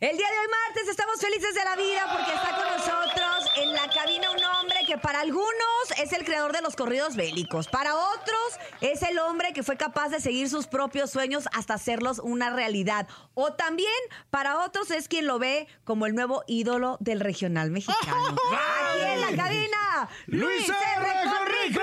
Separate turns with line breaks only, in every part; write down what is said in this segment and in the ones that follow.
El día de hoy martes estamos felices de la vida porque está con nosotros en la cabina un hombre que para algunos es el creador de los corridos bélicos, para otros es el hombre que fue capaz de seguir sus propios sueños hasta hacerlos una realidad, o también para otros es quien lo ve como el nuevo ídolo del regional mexicano. Aquí en la cabina,
Luis R. Conrique.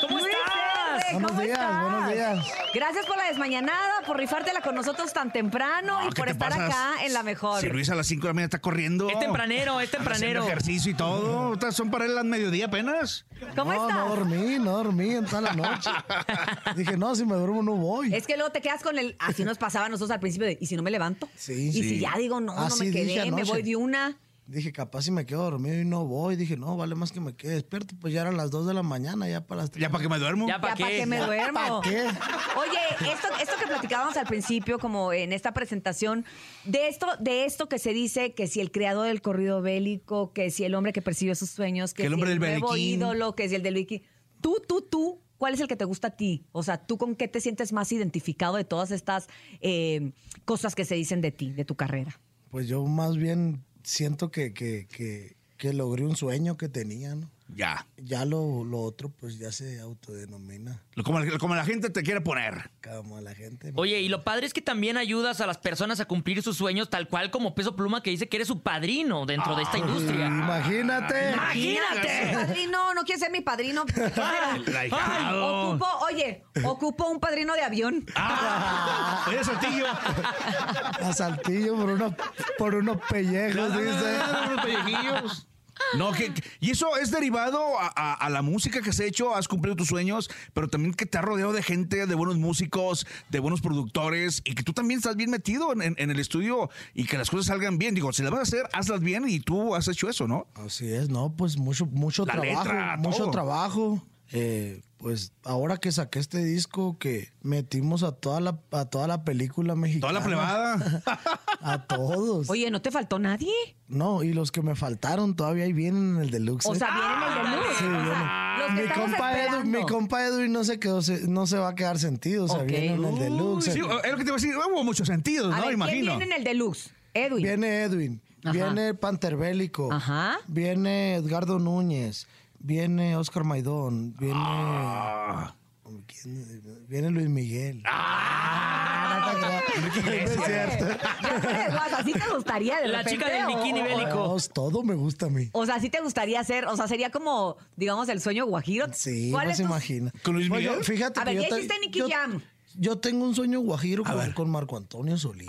¿Cómo
estás?
¿cómo
Buenos días,
estás?
buenos días.
Gracias por la desmañanada, por rifártela con nosotros tan temprano
No,
y
¿qué
por
te
estar
pasas?
acá en la mejor.
Si Luis a las 5 de la mañana está corriendo.
Es tempranero, es
Anda
tempranero.
haciendo ejercicio y todo. Ahorita Son para él las mediodía apenas.
¿Cómo
no,
estás?
no dormí, no dormí en toda la noche. Dije, no, si me duermo no voy.
Es que luego te quedas con el. Así nos pasaba a nosotros al principio de. ¿Y si no me levanto?
Sí.
Y
Sí.
si ya digo, no, no me
Así dije
quedé, me
anoche.
voy de una.
Dije, capaz si me quedo dormido y no voy. Dije, no, vale más que me quede despierto. Pues ya eran las 2 de la mañana, ya para las 3.
Ya para que me duermo.
Ya
Ya
¿Para
para
qué?
que me
¿Ya
duermo.
pa' qué?
Oye, esto, esto que platicábamos al principio, como en esta presentación, de esto, de esto que se dice que si el creador del corrido bélico, que si el hombre que persiguió sus sueños, que,
Que el
si
hombre
el
del
nuevo
Beliquín.
ídolo, que si el del Vicky. Tú, tú, tú, ¿cuál es el que te gusta a ti? O sea, ¿tú con qué te sientes más identificado de todas estas eh, cosas que se dicen de ti, de tu carrera?
Pues yo más bien siento que, que, que, que logré un sueño que tenía, ¿no?
Ya.
Ya lo, lo otro, pues ya se autodenomina
Lo- Como, el- como la gente te quiere poner.
como a la gente.
Oye, y lo padre es que también ayudas a las personas a cumplir sus sueños, tal cual como Peso Pluma que dice que eres su padrino dentro de esta industria.
Imagínate.
Mi Padrino, no quiere ser mi padrino.
El ahijado.
Ocupo, oye, ocupo un padrino de avión.
Ah, oye, Saltillo.
A saltillo por, unos por unos
No,
pellejos,
no, no,
dice.
no, no, no, pellejillos. No, que, que- y eso es derivado a, a- a la música que has hecho, has cumplido tus sueños, pero también que te has rodeado de gente, de buenos músicos, de buenos productores, y que tú también estás bien metido en, en- en el estudio y que las cosas salgan bien. Digo, si las vas a hacer, hazlas bien y tú has hecho eso, ¿no?
Así es, no, pues mucho, mucho
La
trabajo,
letra,
mucho
todo.
trabajo. Eh, pues ahora que saqué este disco, que metimos a toda la, a toda la película
Toda
mexicana.
la plebada.
A todos.
Oye, ¿no te faltó nadie?
No, y los que me faltaron todavía ahí vienen en el deluxe.
O
¿eh?
sea, vienen el de luz.
Sí,
o sea, los que
mi,
estamos
compa Edu-
esperando.
mi compa Edwin no se quedó, se- no se va a quedar sentido, o sea,
Ok.
viene en el deluxe.
Sí, es lo que te iba a decir, hubo muchos sentidos,
A
¿no?
ver,
Imagino.
¿quién viene en el deluxe? Edwin.
Viene Edwin,
Ajá.
viene Panther Bélico,
Ajá.
viene Edgardo Núñez, viene Oscar Maidón, viene...
Ah,
¿Quién? Viene Luis Miguel. Ah, no te creas. No es cierto.
Ya sabes, guas, así te gustaría de
La
repente,
chica del
o-
bikini
o-
bélico.
Todos, todo me gusta a mí.
O sea, sí te gustaría ser, o sea, sería como, digamos, el sueño guajiro.
Sí,
¿Cuál
no
es
se
tu-
imagina.
¿Con Luis
Oye,
Miguel?
fíjate
A
que
ver,
yo
ya
te-
hiciste Nicky
yo-
Jam.
Yo tengo un sueño guajiro con, con Marco Antonio Solís.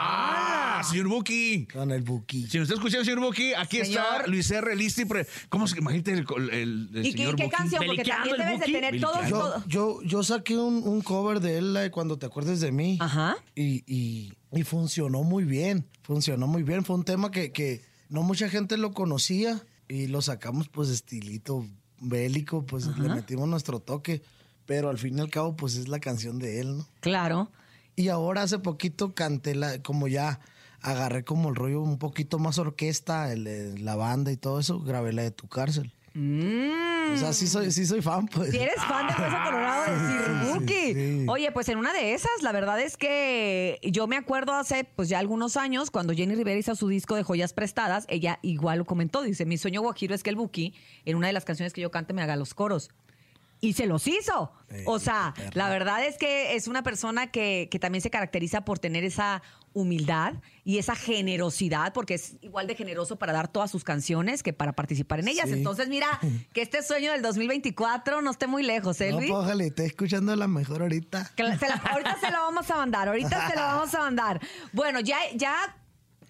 ah, señor Buki.
Con el Buquillo.
Si nos está escuchando, señor Boqui, aquí está
Señor.
Luis R. Listi. Pre... ¿Cómo se imagínate el, el, el, el
¿Y qué,
señor
qué
Buki?
canción? Porque
Deliqueando
también
el
debes de tener
Buki.
todos...
Yo,
todo-
yo, yo saqué un, un cover de él, la de Cuando te acuerdes de mí.
Ajá.
Y, y- y funcionó muy bien. Funcionó muy bien. Fue un tema que, que no mucha gente lo conocía y lo sacamos, pues, estilito bélico, pues le metimos nuestro toque. Pero al fin y al cabo, pues es la canción de él, ¿no?
Claro.
Y ahora hace poquito canté la, como ya agarré como el rollo un poquito más orquesta, el- el- la banda y todo eso, grabé la de tu cárcel. O sea, sí soy, sí soy fan, pues.
Si eres fan de Hueso Colorado de Sir Buki.
sí, sí.
Oye, pues en una de esas, la verdad es que yo me acuerdo hace pues ya algunos años, cuando Jenny Rivera hizo su disco de joyas prestadas, ella igual lo comentó. Dice: Mi sueño guajiro es que el Buki, en una de las canciones que yo cante, me haga los coros. Y se los hizo. O sea, la verdad es que es una persona que, que también se caracteriza por tener esa humildad y esa generosidad, porque es igual de generoso para dar todas sus canciones que para participar en ellas.
Sí.
Entonces, mira, que este sueño del 2024 no esté muy lejos, ¿eh,
No,
Luis?
pues, ojalá y esté escuchando la mejor ahorita.
Que la- se la- ahorita se lo vamos a mandar, ahorita se lo vamos a mandar. Bueno, ya, ya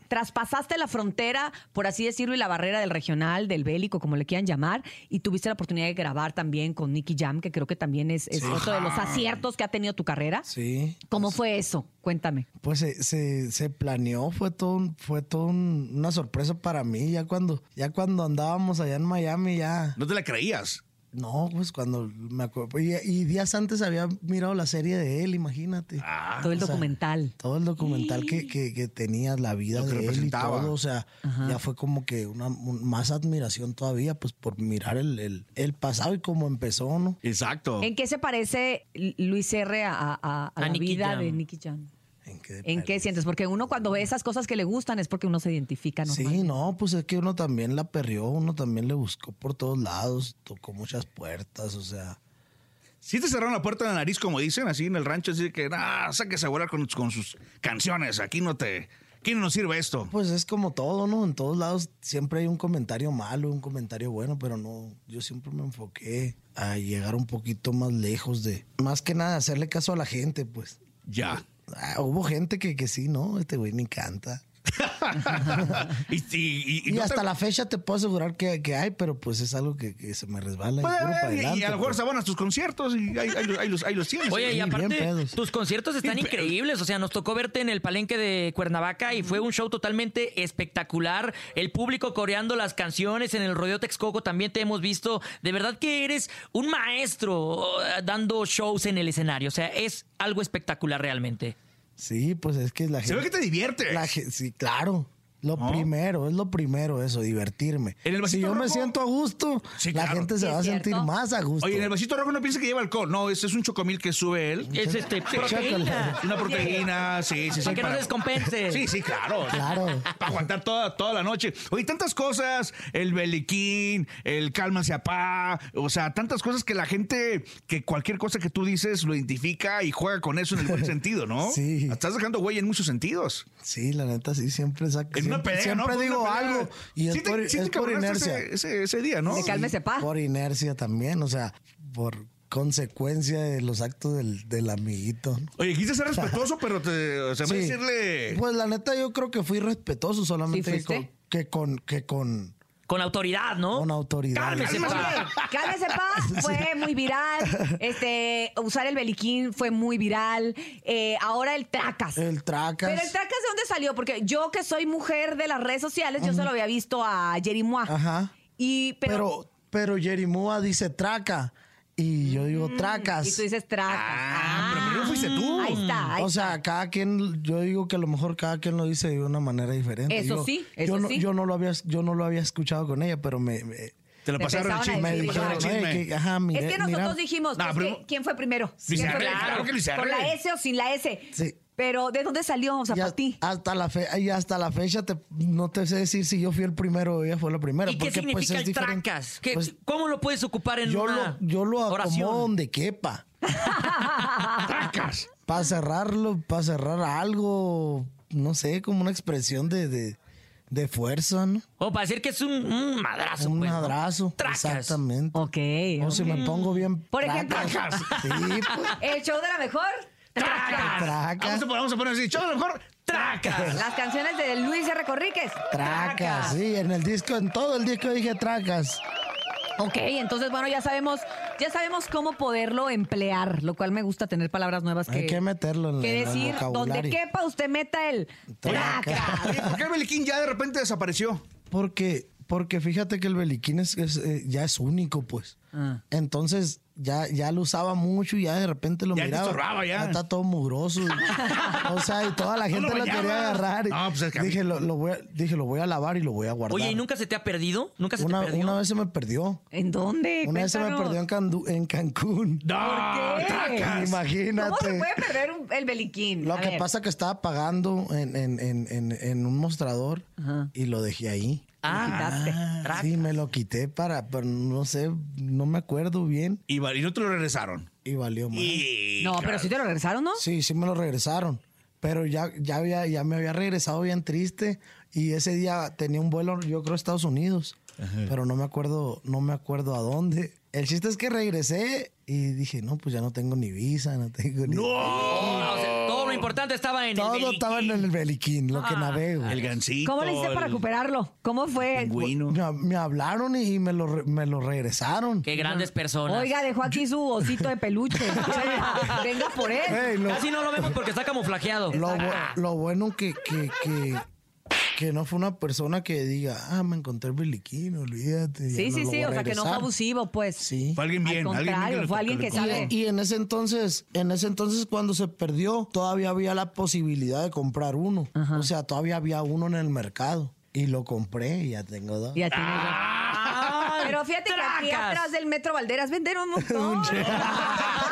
traspasaste la frontera, por así decirlo, y la barrera del regional, del bélico, como le quieran llamar, y tuviste la oportunidad de grabar también con Nicky Jam, que creo que también es, es otro de los aciertos que ha tenido tu carrera.
Sí.
¿Cómo fue eso? Cuéntame.
Pues se, se, se planeó, fue todo, un- fue todo un- una sorpresa para mí. Ya cuando, ya cuando andábamos allá en Miami, ya.
No te la creías.
No, pues cuando me acuerdo. Y, y días antes había mirado la serie de él, imagínate.
Ah,
Todo el
Ah, o sea,
documental.
Todo el documental que, que, que tenía, la vida
Lo que
de él y
representaba.
todo, o sea, ya fue como que una un- más admiración todavía, pues por mirar el, el, el pasado y cómo empezó, ¿no?
Exacto.
¿En qué se parece Luis R. a, a- a
A
la
Nicky
vida
Jam.
de Nicky Jam?
¿En qué,
¿En qué sientes? Porque uno cuando ve esas cosas que le gustan es porque uno se identifica, ¿no?
Sí, no, pues es que uno también la perrió, uno también le buscó por todos lados, tocó muchas puertas, o sea.
Sí te cerraron la puerta de la nariz, como dicen, así en el rancho, así que, ah, sáquese a volar con, con sus canciones, aquí no te... Aquí no nos sirve esto.
Pues es como todo, ¿no? En todos lados siempre hay un comentario malo, un comentario bueno, pero no, yo siempre me enfoqué a llegar un poquito más lejos de, más que nada, hacerle caso a la gente, pues.
Ya.
Ah, hubo gente que, que sí, ¿no? Este güey me encanta.
y, y- y- y
Y
no te-
hasta la fecha te puedo asegurar que, que hay, pero pues es algo que, que se me resbala. y
Puede
puro
haber,
para
y- y,
adelante,
a lo mejor
pues.
se van a tus conciertos y ahí, ahí los- ahí los, ahí los tienes.
Oye,
sí,
y
bien
aparte,
pedos.
tus conciertos están
Bien pedos.
increíbles. O sea, nos tocó verte en el palenque de Cuernavaca y fue un show totalmente espectacular. El público coreando las canciones en el Rodeo Texcoco también te hemos visto. De verdad que eres un maestro eh, dando shows en el escenario. O sea, es algo espectacular realmente.
Sí, pues es que la gente.
Se ve que te divierte.
La ge- sí, claro. Lo
¿No?
primero, es lo primero eso, divertirme.
En el
si
vasito
yo me
rojo-
siento a gusto,
Sí,
la
claro.
gente se
Sí, es
va a sentir
cierto.
más a gusto.
Oye, en el vasito rojo no piensa que lleva alcohol. No, ese es un chocomil que sube él.
Es este, proteína.
chácala.
Una proteína, sí, sí, sí.
Para que no se descompense.
Sí, sí, claro.
Claro.
Para aguantar toda, toda la noche. Oye, tantas cosas, el beliquín, el cálmase apá, o sea, tantas cosas que la gente, que cualquier cosa que tú dices lo identifica y juega con eso en el buen sentido, ¿no?
Sí.
Estás dejando güey en muchos sentidos.
Sí, la neta, sí, siempre saco.
En una
siempre
pelea,
siempre
¿no? Fue
digo
una pelea.
algo y es
Sí te-
por,
sí te
es por
cabronaste
inercia.
Ese, ese- ese día, ¿no?
De cálmese, pa.
Por inercia también, o sea, por consecuencia de los actos del, del amiguito. ¿no?
Oye, quise ser respetuoso, pero te, o sea, en vez
Sí.
de decirle...
Pues la neta, yo creo que fui respetuoso solamente
¿Sí fuiste?
que con, que con,
Con autoridad, ¿no?
con autoridad.
Cálmese, pa.
Cálmese Paz fue muy viral. Este, usar el beliquín fue muy viral. Eh, ahora el tracas.
El tracas.
Pero el tracas de dónde salió, porque yo que soy mujer de las redes sociales, yo se lo había visto a Jerry Mois.
Ajá.
Y pero, mm,
Pero, pero Jerimoa dice traca. Y yo digo tracas.
Mm, y tú dices tracas.
Ah, pero primero fuiste tú.
Ahí está. ahí
o sea, cada quien, yo digo que a lo mejor cada quien lo dice de una manera diferente.
Eso
Yo-
sí,
yo
eso
no,
sí.
Yo no lo había, yo no lo había escuchado con ella, pero me, me,
Te lo
Te
pasaron
empezaron
el
a
chisme.
me
decir,
dijeron,
pasaron
"Oye,
el
"Oye, que, ajá, mira,
es que nosotros
mira".
dijimos,
No,
pues,
pero-
que- ¿quién fue primero?
Luis
¿Quién fue
Enrique,
primero?
claro que Luis
¿Con la
Enrique.
S o sin la S?
Sí.
Pero ¿de dónde salió? O sea,
Y
para
hasta-
ti.
hasta la fe, y hasta la fecha te- no te sé decir si yo fui el primero o ella fue la primera.
¿Y qué
porque, pues,
significa
es
el
diferente.
tracas? ¿Qué-
Pues,
¿Cómo lo puedes ocupar en
yo lo,
una
yo lo
oración?
acomodo donde quepa. Para cerrarlo, para cerrar algo, no sé, como una expresión de, de, de fuerza, ¿no?
O Oh, para decir que es un, un madrazo.
Un
pues, ¿no?
abrazo.
Tracas.
Exactamente.
Ok.
O si me pongo bien.
Por ejemplo.
tracas. Sí, pues,
El show de la mejor.
Tracas.
Vamos
tracas.
a, vamos a poner así, yo a lo mejor...
Tracas.
Las canciones de Luis R. Corríquez.
Tracas. Sí, en el disco, en todo el disco dije tracas.
Ok, entonces bueno, ya sabemos, ya sabemos cómo poderlo emplear, lo cual me gusta tener palabras nuevas que,
Hay que meterlo en
que
el- en el
decir, donde
vocabulario.
quepa usted meta el
Traca.
traca.
Oye, ¿Por qué Beliquín ya de repente desapareció?
Porque, porque fíjate que el beliquín es, es, eh, ya es único, pues.
Ah.
Entonces ya, ya lo usaba mucho y ya de repente lo
Ya te
miraba.
estorbaba, ya.
está todo mugroso. y- o sea, y toda la gente
lo
lo,
bañaba.
quería agarrar. y
No, pues, es que a mí-
dije, lo, lo voy a, dije, lo voy a lavar y lo voy a guardar.
Oye, ¿y nunca se te ha perdido? ¿Nunca se
una,
te perdió?
una vez se me perdió.
¿En dónde?
Una vez se me
Cuéntanos.
perdió en, Candu- en Cancún.
No,
¿Por qué?
tracas.
Imagínate.
¿Cómo se puede perder un- el beliquín?
Lo
A
que
ver.
pasa que estaba pagando en, en- en- en- en un mostrador
Ajá.
y lo dejé ahí.
Ah,
Quitaste.
traca.
Sí, me lo quité para, pero no sé, no me acuerdo bien
Y, va- y no te lo regresaron.
y valió más.
Y-
No, pero
claro.
si te lo regresaron, ¿no?
Sí, sí me lo regresaron, pero ya, ya, había, ya me había regresado bien triste y ese día tenía un vuelo, yo creo, a Estados Unidos, pero no me acuerdo, no me acuerdo a dónde. El chiste es que regresé y dije, no, pues ya no tengo ni visa, no tengo ni...
Ah, o sea, todo lo importante estaba en el
Todo
beliquín. Ah.
estaba en el beliquín, lo que navego.
El gancito.
¿Cómo le hiciste para
el
recuperarlo? ¿Cómo fue?
Pingüino.
Me, me hablaron y me lo, re- me lo regresaron.
Qué grandes personas.
Oiga, dejó aquí su osito de peluche. Venga, Venga por él.
Ey, lo-
Casi no lo vemos porque está camuflajeado.
Lo, bu- lo bueno que, que, que, que no fue una persona que diga, ah, me encontré el biliquín, olvídate. ya
Sí,
no
sí,
lo voy
sí,
a
o sea que no fue
regresar".
abusivo, pues.
Sí.
Fue alguien bien.
Al
alguien bien
contrario,
lo-
fue alguien
lo-
que sabe.
Y en ese entonces, en ese entonces cuando se perdió, todavía había la posibilidad de comprar uno. O sea, todavía había uno en el mercado. Y lo compré y ya tengo dos.
Ya tiene
Ah,
dos. Pero fíjate que aquí
Tracas.
atrás del Metro Valderas venden un montón.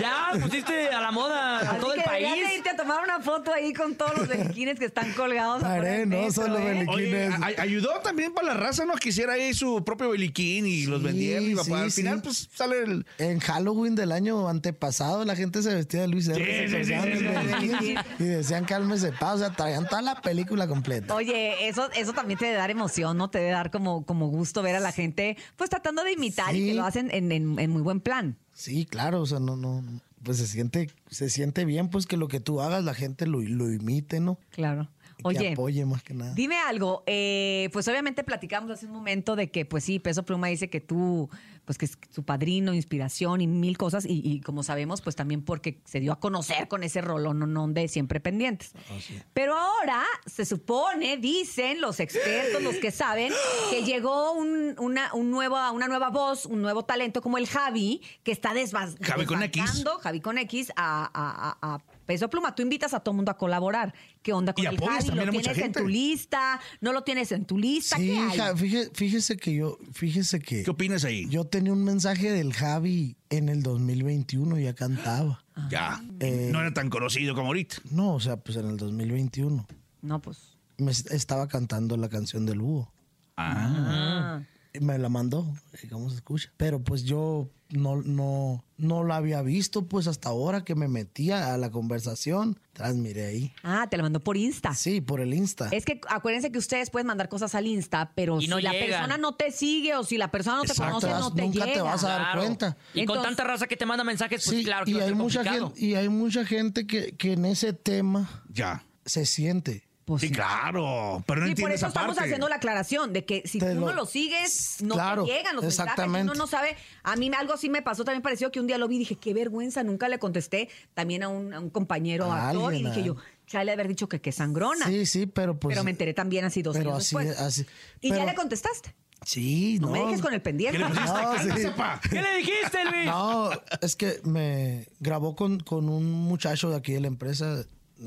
Ya pusiste a la moda
Así
todo el
que Deberías
país.
de irte a tomar una foto ahí con todos los beliquines que están colgados. afuera
Haré,
del
no,
metro,
solo
¿eh?
beliquines.
Oye,
es?
ay- ayudó también para la raza, ¿no? Que hiciera ahí su propio beliquín y los
Sí,
vendiera y papá.
sí,
Al final,
sí.
pues sale el.
En Halloween del año antepasado, la gente se vestía de Luis R.
Sí, sí, sí, sí,
sí,
Y decían cálmese, pa. O sea, traían toda la película completa.
Oye, eso, eso también te debe dar emoción, ¿no? Te debe dar como, como gusto ver a la gente, pues tratando de imitar y que
Sí.
lo hacen en, en- en muy buen plan.
Sí, claro, o sea, no, no. no. Pues se siente, se siente bien, pues que lo que tú hagas, la gente lo, lo imite, ¿no?
Claro.
Y Que
Oye,
apoye más que nada.
dime algo. eh, pues obviamente platicamos hace un momento de que, pues sí, Peso Pluma dice que tú, pues que es su padrino, inspiración y mil cosas. Y, y como sabemos, pues también porque se dio a conocer con ese rolón de siempre pendientes.
Ah,
Pero ahora se supone, dicen los expertos, los que saben, que llegó un, una, un nueva, una nueva voz, un nuevo talento como el Javi, que está desbas
Javi con X.
desbancando, Javi con X a, a- a- a Peso Pluma. Tú invitas a todo mundo a colaborar. ¿Qué onda con
Y
el
apoyas
Javi?
también
¿Lo
a mucha
tienes en
gente.
tu lista? ¿No lo tienes en tu lista?
Sí,
¿Qué hay?
ja- fíjese, fíjese que yo, fíjese que
¿Qué opinas ahí?
yo tenía un mensaje del Javi en el 2021, ya cantaba.
ah,
Ya.
Eh,
no era tan conocido como ahorita.
No, o sea, pues en el 2021
No, pues.
me est- estaba cantando la canción del búho.
Ah.
Ah.
Y Me la mandó, eh, ¿cómo se escucha? Pero pues yo no, no, no la había visto, pues hasta ahora que me metía a la conversación, tras miré ahí.
Ah, te la mandó por Insta.
Sí, por el Insta.
Es que acuérdense que ustedes pueden mandar cosas al Insta, pero
Y no
si la
llegan.
persona no te sigue o si la persona no te
Exacto,
conoce,
vas-
no te
nunca te
llega.
vas a dar cuenta.
Y
Entonces-
con tanta raza que te manda mensajes, pues
Sí,
claro que
y,
va a
hay
ser
mucha
complicado.
gente, y hay mucha gente que, que en ese tema
Ya.
se siente.
Pues
sí,
sí.
claro. Pero no
Sí, por
entiendes
eso
esa
estamos
parte.
haciendo la aclaración de que si
Te
tú no
lo-
lo sigues, no
Claro,
te llegan los mensajes.
exactamente.
Uno no sabe. A mí algo así me pasó, también pareció que un día lo vi y dije, qué vergüenza, nunca le contesté también a un, a un compañero
A
actor y
alguien,
dije
a-
yo, chale, haber dicho que qué sangrona.
Sí, sí, pero pues.
pero me enteré también así dos
pero
años
así-
después.
así-
y ya
pero-
le contestaste.
Sí,
No,
no.
me dejes con el pendiente.
¿Qué le pusiste?
No, sí.
Cálmese, pa.
¿Qué le dijiste, Luis?
No, es que me grabó con, con un muchacho de aquí de la empresa,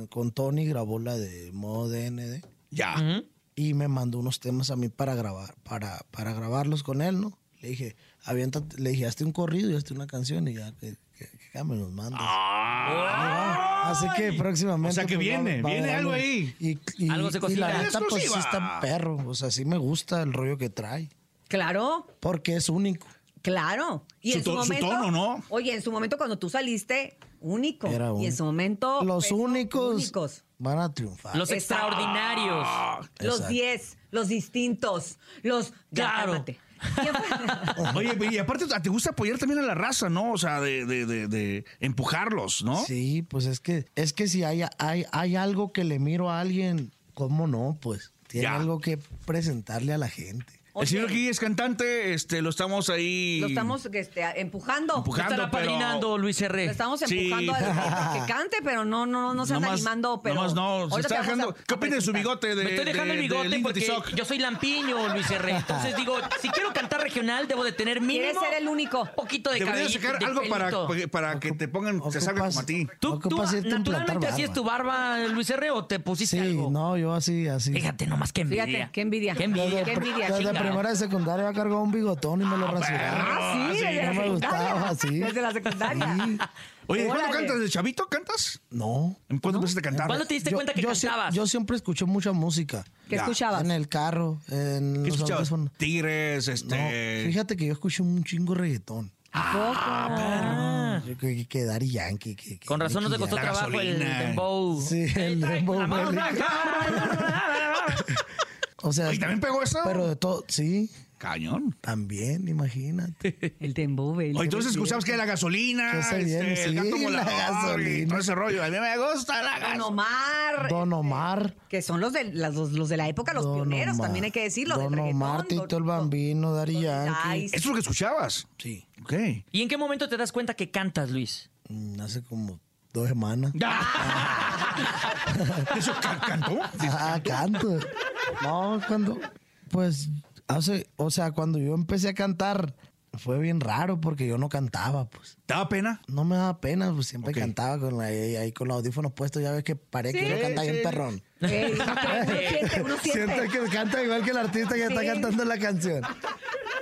con Tony, grabó la de modo DND
Ya.
y me mandó unos temas a mí para grabar, para, para grabarlos con él, ¿no? Le dije, aviéntate, le dije, hazte un corrido y hazte una canción y ya, que, que, que me los mandas.
Ah.
Así que próximamente.
O sea que
pues,
viene,
va- va a
viene
haber
algo ahí.
Y, y-
Algo se
y
cocina.
la neta, pues sí
Exclusiva.
está perro. O sea, sí me gusta el rollo que trae.
Claro.
Porque es único.
Claro. Y
Su
en su,
to- su
momento,
tono, ¿no?
Oye, en su momento cuando tú saliste, único.
Era
Y
único.
en su momento.
Los
peso,
únicos,
únicos.
van a triunfar.
Los
Exacto.
extraordinarios.
Los
Exacto.
10, los distintos, los. Ya,
Claro.
cálmate. ¿Quién fue?
Oye, y aparte, ah, te gusta apoyar también a la raza, ¿no? O sea, de, de, de, de empujarlos, ¿no?
Sí, pues es que, es que si hay, hay, hay algo que le miro a alguien, ¿cómo no? Pues tiene
Ya.
algo que presentarle a la gente.
El señor aquí es cantante, este, lo estamos ahí.
Lo estamos este, empujando.
Lo
Empujando,
están apadrinando,
pero-
Luis
Lo
R.
estamos
Sí.
empujando a que cante, pero no, no, no se anda
Nomás-
animando. Pero
nomás no, se
Ahorita
está
te vamos
dejando.
a-
¿Qué
a
opinas de su
presentar.
bigote? De,
Me estoy dejando
de-
el bigote
del
porque
Intisoc?
yo soy lampiño, Luis R. Entonces digo, si quiero cantar regional, debo de tener
Quieres
mínimo
ser el único.
un poquito de
Deberías
cabellito,
sacar
de
algo para,
pelito.
para que te pongan, te
Ocupas-
salga como a ti.
¿Tú, tú
ocupas irte a implantar
naturalmente
barba.
hacías tu barba, Luis R, o te pusiste
Sí,
algo?
no, yo así, así.
Fíjate nomás qué envidia.
Fíjate, qué envidia.
Qué envidia.
Qué envidia,
Desde
chinga.
primera de secundaria yo cargaba un bigotón y me lo rasuraba.
Ah, sí,
Ah, sí,
desde la
no me
secundaria.
gustaba, sí.
Desde la secundaria.
Sí.
Oye, ¿cuándo
Órale.
cantas? ¿De chavito cantas?
No.
¿En cuándo empezaste a cantar?
¿Cuándo te diste
Yo-
cuenta que
yo sie-
cantabas?
yo siempre escuché mucha música.
¿Qué
Ya.
escuchabas?
En el carro, en
¿Qué
los
escuchabas?
audífonos.
Tigres,
No,
este.
fíjate que yo escuché un chingo reggaetón. Ah,
¿A
Yo creo que, que Daddy Yankee. que- que
Ah. Con razón no te
Nicky
costó
La
Jam.
trabajo el
gasolina.
dembow.
Sí, el
Ay,
dembow
la mano
belly.
acá.
O sea,
Oye, ¿también pegó eso?
pero de todo, sí,
Cañón.
también, imagínate.
poco? El dembow, el
Oye, entonces escuchabas que la gasolina,
Que se viene,
este, el
sí,
gato
la
volador y
gasolina.
todo ese rollo. A mí me gusta la
Don
gasolina.
Omar.
Don Omar.
Que son los de, las- los, los de la época, los
Don
pioneros,
Omar.
también hay que decirlo. del
Don Omar,
reggaetón,
Tito
Don-
el Bambino, Daddy
Don
Yankee.
Dice.
Eso es lo que escuchabas.
Sí,
Ok.
¿Y en qué momento te das cuenta que cantas, Luis?
mm, hace como dos semanas.
¿Eso ca- cantó?
Ah, canto. No, cuando, pues, hace, o sea, cuando yo empecé a cantar, fue bien raro porque yo no cantaba, pues.
¿Daba pena?
No me daba pena, pues siempre
Ok.
cantaba con la- ahí, ahí con los audífonos puestos, ya ves que parece que yo canta bien perrón.
Ey, uno siente, uno siente.
Siente que canta igual que el artista que está
Sí.
cantando la canción.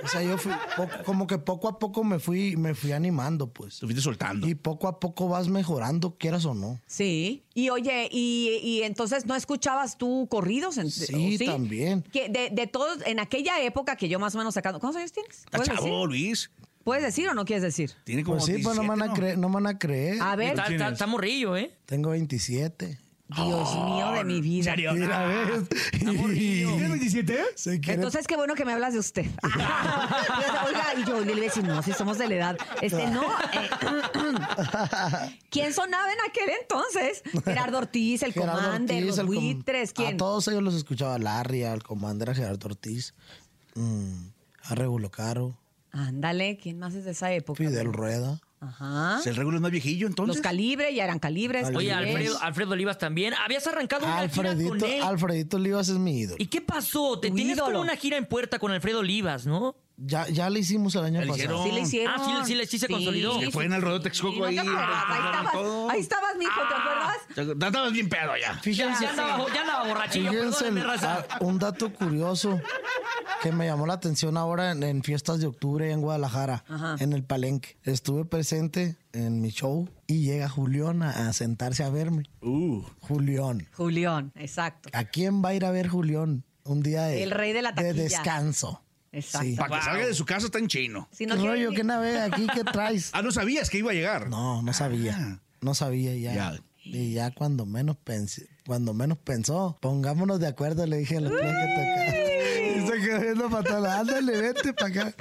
O sea, yo fui, poco- como que poco a poco me fui, me fui animando, pues.
Te fuiste soltando.
Y poco a poco vas mejorando, quieras o no.
Sí. Y oye, y, y entonces no escuchabas tú corridos. En,
Sí,
¿o
también.
Que de, de todos, en aquella época que yo más o menos sacando. ¿Cuántos años tienes?
Está
¿Puedes
chavo,
decir?
Luis.
¿Puedes decir o no quieres decir?
Tiene como
Pues sí, pues no me van a
17,
creer, no me van a creer.
A ver,
Está, está-
tienes?
está morrillo, ¿eh?
Tengo 27.
Dios mío de mi
Oh,
vida.
¿En serio?
Mira, ves.
¿Tienes 27?
Se quiere-
Entonces, qué bueno que me hablas de usted. Oiga, y yo le iba a decir, no, si somos de la edad. Este, no. eh, ¿Quién sonaba en aquel entonces? Gerardo Ortiz, el
Gerardo
comandante,
Ortiz,
los
el com-
buitres, ¿quién?
A todos ellos los escuchaba. Larry, al Commander, a Gerardo Ortiz, mm, a Regulo Caro,
Ándale, ¿quién más es de esa época?
Fidel Rueda.
Ajá.
Si ¿Ah? el regulo es más viejillo, entonces.
Los calibre, ya eran calibres.
Oye,
Oye,
Calibres.
Alfredo, ah, Alfredo Olivas también. Habías arrancado una gira con
Alfredito,
él.
Alfredito Olivas es mi ídolo.
¿Y qué pasó? Te
Tu
tienes como
ídolo.
una gira en puerta con Alfredo Olivas, ¿no?
Ya, ya le hicimos el año
Ya le hicieron.
pasado.
Sí le hicieron.
Ah, sí, sí le- sí se consolidó.
Que fue en el Rodeo Texcoco
¿no te
ahí,
acuerdas? Ahí
arreglaron
estabas,
todo.
ahí estabas, mijo, ¿te acuerdas?
Ya ya estabas bien pedo ya.
Ya,
Fíjense,
ya andaba, ya andaba borrachillo,
fíjense
perdónenme,
el-
raza.
ah, un dato curioso que me llamó la atención ahora en, en fiestas de octubre en Guadalajara,
Ajá.
en el Palenque. Estuve presente en mi show y llega Julián a, a sentarse a verme.
Uh.
Julián.
Julián, exacto.
¿A quién va a ir a ver Julián un día de,
El rey de la taquilla.
descanso?
Exacto.
Sí.
Para que
Wow.
salga de su casa está en chino.
Si
¿Qué
quieren
rollo?
ni-
¿Qué nave aquí? ¿Qué traes?
Ah, no sabías que iba a llegar.
No, no sabía. No sabía ya.
Ya.
Y ya cuando menos pensé, cuando menos pensó, pongámonos de acuerdo, le dije a los que tocar. Y se quedó viendo para atrás, ándale, vete para acá.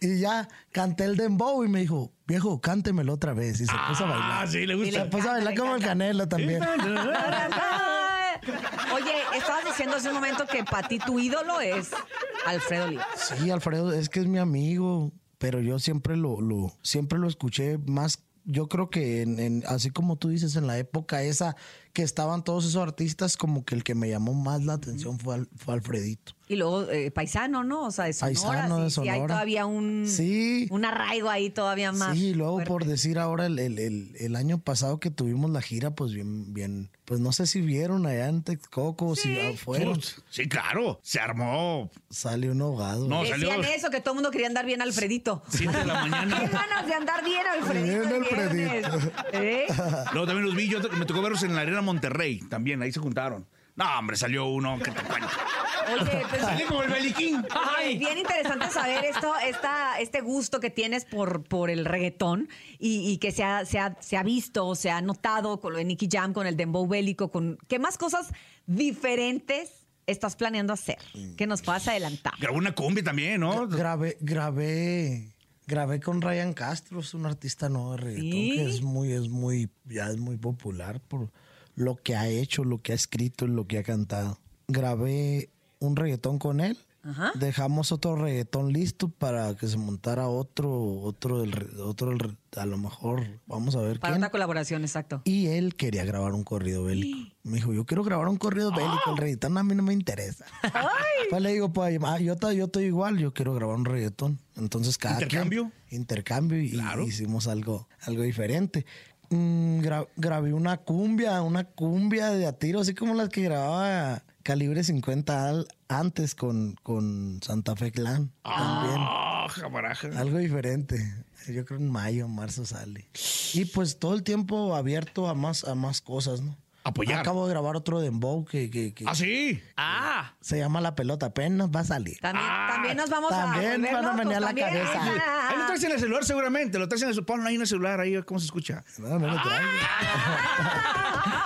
Y ya canté el dembow y me dijo, viejo, cántemelo otra vez. Y se puso a bailar.
Ah, sí, le
Y
Se
gusta.
le-
puso a bailar como el canelo también.
Oye, estabas diciendo hace un momento que para ti tu ídolo es Alfredo Olivas.
Sí, Alfredo, es que es mi amigo, pero yo siempre lo, lo- siempre lo escuché más. Yo creo que en- en- así como tú dices, en la época esa que estaban todos esos artistas, como que el que me llamó más la atención fue, Al- fue Alfredito.
Y luego eh, paisano, ¿no? O sea, de Sonora.
Paisano de
sí, sí, hay
Sonora.
todavía un,
Sí.
un arraigo ahí todavía más.
Sí, y luego
fuerte.
por decir ahora el, el- el- el año pasado que tuvimos la gira, pues bien, bien, pues no sé si vieron allá en Texcoco o si fueron,
Sí, claro. Se armó.
salió un ahogado.
No,
Decían
salió.
eso, que todo el mundo quería andar bien Alfredito.
Siete de la
Qué
mañana.
ganas de andar bien Alfredito.
Bien,
el viernes,
Alfredito.
¿eh?
Luego también los vi, yo me tocó verlos en la arena Monterrey también, ahí se juntaron. No, hombre, salió uno que te cuento.
Oye, pues,
Salió como el beliquín.
Bien,
¡Ay!
bien interesante saber esto, esta, este gusto que tienes por, por el reggaetón y, y que se ha, se, ha, se ha visto, se ha notado con lo de Nicky Jam, con el dembow bélico, con qué más cosas diferentes estás planeando hacer que nos puedas adelantar.
Grabó una cumbia también, ¿no?
Grabé, grabé, grabé con Ryan Castro, es un artista nuevo de reggaetón
Sí.
que es muy, es muy, ya es muy popular por lo que ha hecho, lo que ha escrito, lo que ha cantado. Grabé un reggaetón con él.
Ajá.
Dejamos otro reggaetón listo para que se montara otro, otro del, re- otro del re- a lo mejor, vamos a ver
Para
quién.
una colaboración, exacto.
Y él quería grabar un corrido bélico. Me dijo, yo quiero grabar un corrido bélico, el reggaetón a mí no me interesa. Pues le digo, pues ah, yo, ta- yo estoy igual, yo quiero grabar un reggaetón. Entonces cada quien-
¿Intercambio?
intercambio y
Claro.
hicimos algo, algo diferente. Mm, gra- grabé una cumbia, una cumbia de a tiro, así como las que grababa Calibre 50 al- antes con, con Santa Fe Clan. También
Ah, jabaraja.
algo diferente. Yo creo en mayo, marzo sale. Y pues todo el tiempo abierto a más, a más cosas, ¿no?
Apoyar.
Acabo de grabar otro dembow que, que, que
Ah, sí.
¡Ah!
se llama La Pelota. Apenas va a salir.
También, también nos vamos a
también
volver
van a
locos,
venir a la
también.
cabeza.
Ahí lo
Esa.
traes en el celular seguramente, lo traes en el celular, ponlo ahí en el celular, ahí cómo se escucha.
No, no
Ah.
lo traigo.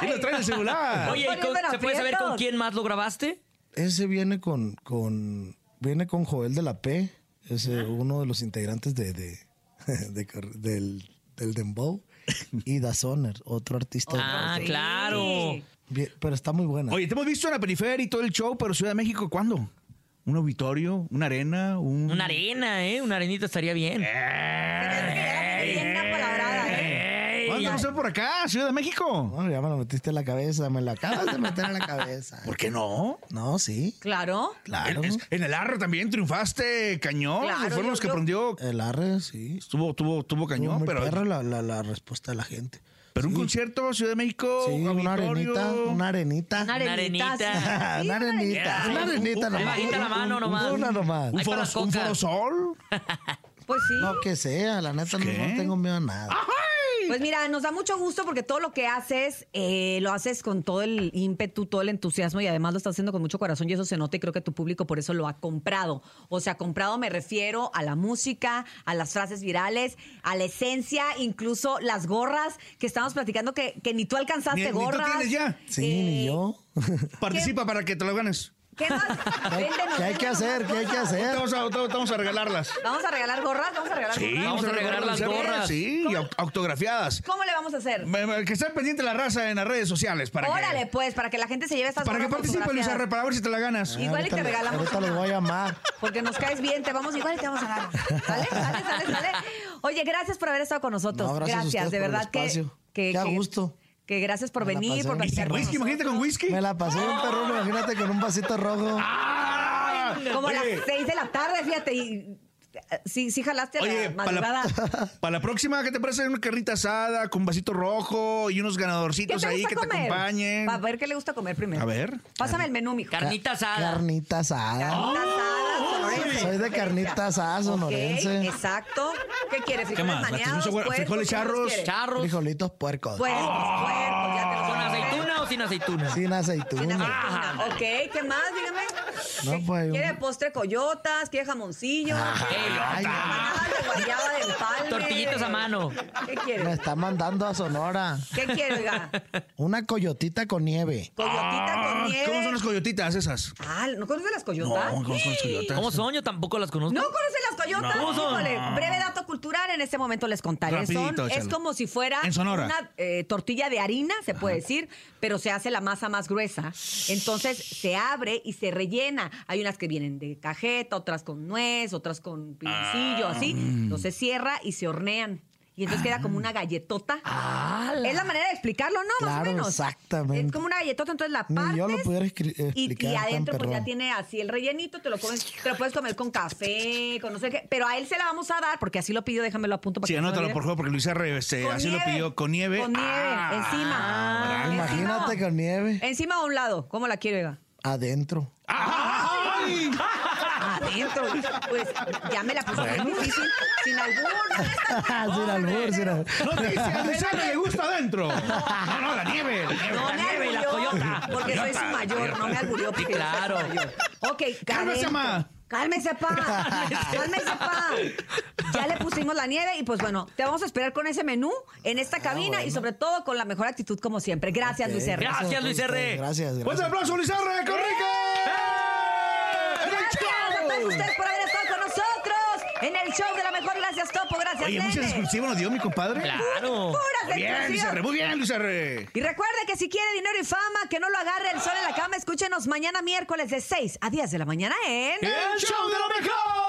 Ahí lo traes en el celular.
Oye, ¿y con-
poniendo en
¿se puede saber con
aprietos.
quién más lo grabaste?
Ese viene con, con, viene con Joel de la P. Es
Ah.
eh, uno de los integrantes de, de, de cor- del, del dembow. Y Dazoner, otro artista.
Ah,
sí.
claro.
Bien, pero está muy buena.
Oye, te hemos visto en la periferia y todo el show, pero Ciudad de México, ¿cuándo? ¿Un auditorio? ¿Una arena? ¿Un...?
Una arena, ¿eh? Una arenita estaría bien.
Bien una palabrada, ¿eh?
¿Cuándo vamos a ser por acá, Ciudad de México?
Bueno, ya me lo metiste en la cabeza, me la acabas de meter en la cabeza.
¿Por qué no?
No, sí,
Claro.
claro.
En, en el arro también triunfaste cañón.
Claro,
fueron
yo-
los que
yo-
prendió.
El arre, sí.
Estuvo, tuvo, tuvo
Estuvo
cañón,
muy
pero.
perra la, la- la respuesta de la gente.
Pero un concierto, Ciudad de México,
Sí, una
auditorio.
arenita, una arenita.
Una arenita.
arenita.
sí. Sí,
una arenita.
arenita.
Una arenita
Una
nomás.
bajita la mano nomás.
Una nomás.
Un
Ahí para
foro,
las
un
cocas.
foro sol.
Pues sí.
No, que sea, la neta no,
¿Qué?
no tengo miedo a nada.
Pues mira, nos da mucho gusto porque todo lo que haces, eh, lo haces con todo el ímpetu, todo el entusiasmo y además lo estás haciendo con mucho corazón y eso se nota y creo que tu público por eso lo ha comprado. O sea, comprado me refiero a la música, a las frases virales, a la esencia, incluso las gorras que estamos platicando que, que ni tú alcanzaste
Ni- ni tú
gorras.
tienes ya.
Sí,
Eh,
ni yo.
Participa para que te lo ganes.
¿Qué más?
¿Qué,
Véndenos,
qué hay que
véndenos
hacer? ¿Qué hay que
gorras.
Te
hacer?
vamos a, te- te vamos a regalarlas.
Vamos a regalar gorras, vamos a regalar gorras.
vamos a regalar las
¿sabes?
gorras.
Sí, y au- autografiadas.
¿Cómo le vamos a hacer?
Me- me- Que esté pendiente la raza en las redes sociales. Para
Órale,
que,
pues, para que la gente se lleve estas
para que
gorras
participe, Luis
autografiadas.
Arre, para ver si te la ganas.
Igual y
Ah, Ahorita
te
le-
regalamos
Ahorita
una.
les voy a llamar.
Porque nos caes bien, te vamos igual y te vamos a dar. ¿Sale? ¿Sale? ¿Sale? ¿Sale? Oye, gracias por haber estado con nosotros.
No, gracias a ustedes
de
por el
verdad que,
espacio.
que.
Qué a
que-
gusto.
Que gracias por
Me la
venir,
pasé.
por
Y
Y
platicar.
sin
con
¿Este whisky, imagínate con whisky.
Me la pasé bien perrón, imagínate con un vasito rojo.
¡Ah!
nosotros. Como a las
Oye,
seis de la tarde, fíjate. Y, eh, sí, sí, jalaste
Oye,
la
para la,
madrugada.
pa' la próxima, ¿qué te parece? Una carrita asada con vasito rojo y unos
¿Qué
ganadorcitos
te
pues ahí
gusta
que te
comer?
acompañen.
Para ver qué le gusta comer primero.
A ver.
Pásame el menú, mijo.
Carnita asada.
Carnita asada.
Carnita asada, sonorense.
Soy de carnita asada
Ok,
sonorense.
exacto. ¿Qué quieres?
¿Qué
¿Frijoles
más? Bastante
maneados?
segura-
puercos,
frijoles
¿qué más
charros,
quieres?
Charros.
Frijolitos puercos.
Puercos, puercos, ya te los
¿Con
vamos a hacer.
aceituna o sin aceituna?
Sin
Sin
aceituna.
aceituna.
Ajá.
Ok, ¿qué más? Dígame.
No,
¿Qué-
pues,
¿Quiere
un-
postre coyotas? ¿Quiere jamoncillo?
Ay,
Empanadas de guayaba de empalme.
Tortillitas a mano.
¿Qué
me
quiere?
está mandando a Sonora.
¿Qué quiere, oiga?
Una coyotita con nieve.
Coyotita
Ah,
con nieve.
¿Cómo son las coyotitas esas?
Ah, ¿no conoces las
No,
coyotas?
¿cómo son las coyotas?
¿Cómo son? Yo tampoco las conozco.
¿No conoces las coyotas?
No.
Híjole, breve dato cultural, en este momento les contaré.
Rapidito,
Son- es
échalo.
como si fuera
En Sonora.
una eh, tortilla de harina, se puede decir, pero se hace la masa más gruesa. Entonces se abre y se rellena. Hay unas que vienen de cajeta, otras con nuez, otras con
Ah.
piloncillo, así. Entonces se cierra y se hornean. Y entonces queda como una galletota. Es la manera de explicarlo, ¿no? más
Claro,
o menos.
exactamente.
Es como una galletota, entonces la partes.
Ni yo lo pudiera escri-
y-
explicar.
Y,
tan
adentro pues ya
perrón.
tiene así el rellenito, te lo comes, te lo puedes comer con café, con no sé qué, pero a él se la vamos a dar porque así lo pidió, déjamelo apunto para
Sí,
que no se me
anótalo,
olvide.
por favor, porque Luis R. este,
Con
así lo
nieve.
pidió. Con nieve.
Con nieve,
Ah,
encima.
bravo.
Ah,
Imagínate
encima.
con nieve.
Encima o a un lado, ¿cómo la quiere, Eva?
Adentro.
¡Ay!
Adentro. Pues ya me la puse muy difícil. Sin albur.
sin albur, sin albur.
No dice, a Luis R. le gusta adentro. No, no, la nieve. la nieve.
No
La
me
nieve y la
alburió,
coyota.
Porque soy su mayor, no me alburió. porque
Sí,
yo soy su
claro.
mayor. Ok,
Cálmese,
adentro.
ma.
Cálmese, pa. Cálmese, pa. Ya le pusimos la nieve y pues bueno, te vamos a esperar con ese menú en
Ah,
esta cabina y sobre todo con la mejor actitud como siempre. Gracias, Luis R.
Gracias, Luis R.
Gracias,
Fuerte
Pues, gracias.
aplauso, Luis R. ¡Corrica!
¡Eh! Gracias a todos ustedes por haber estado con nosotros en el show de la mejor. Gracias, Topo. Gracias,
Oye, muchas
Nene.
exclusivas nos dio mi compadre.
Claro.
Puras
Muy bien, Luis
exclusivas.
R. Muy bien, Luis R.
Y recuerda que si quiere dinero y fama, que no lo agarre
é
el sol en la cama. Escúchenos mañana miércoles de 6 a 10 de la mañana en...
¡El show de la mejor!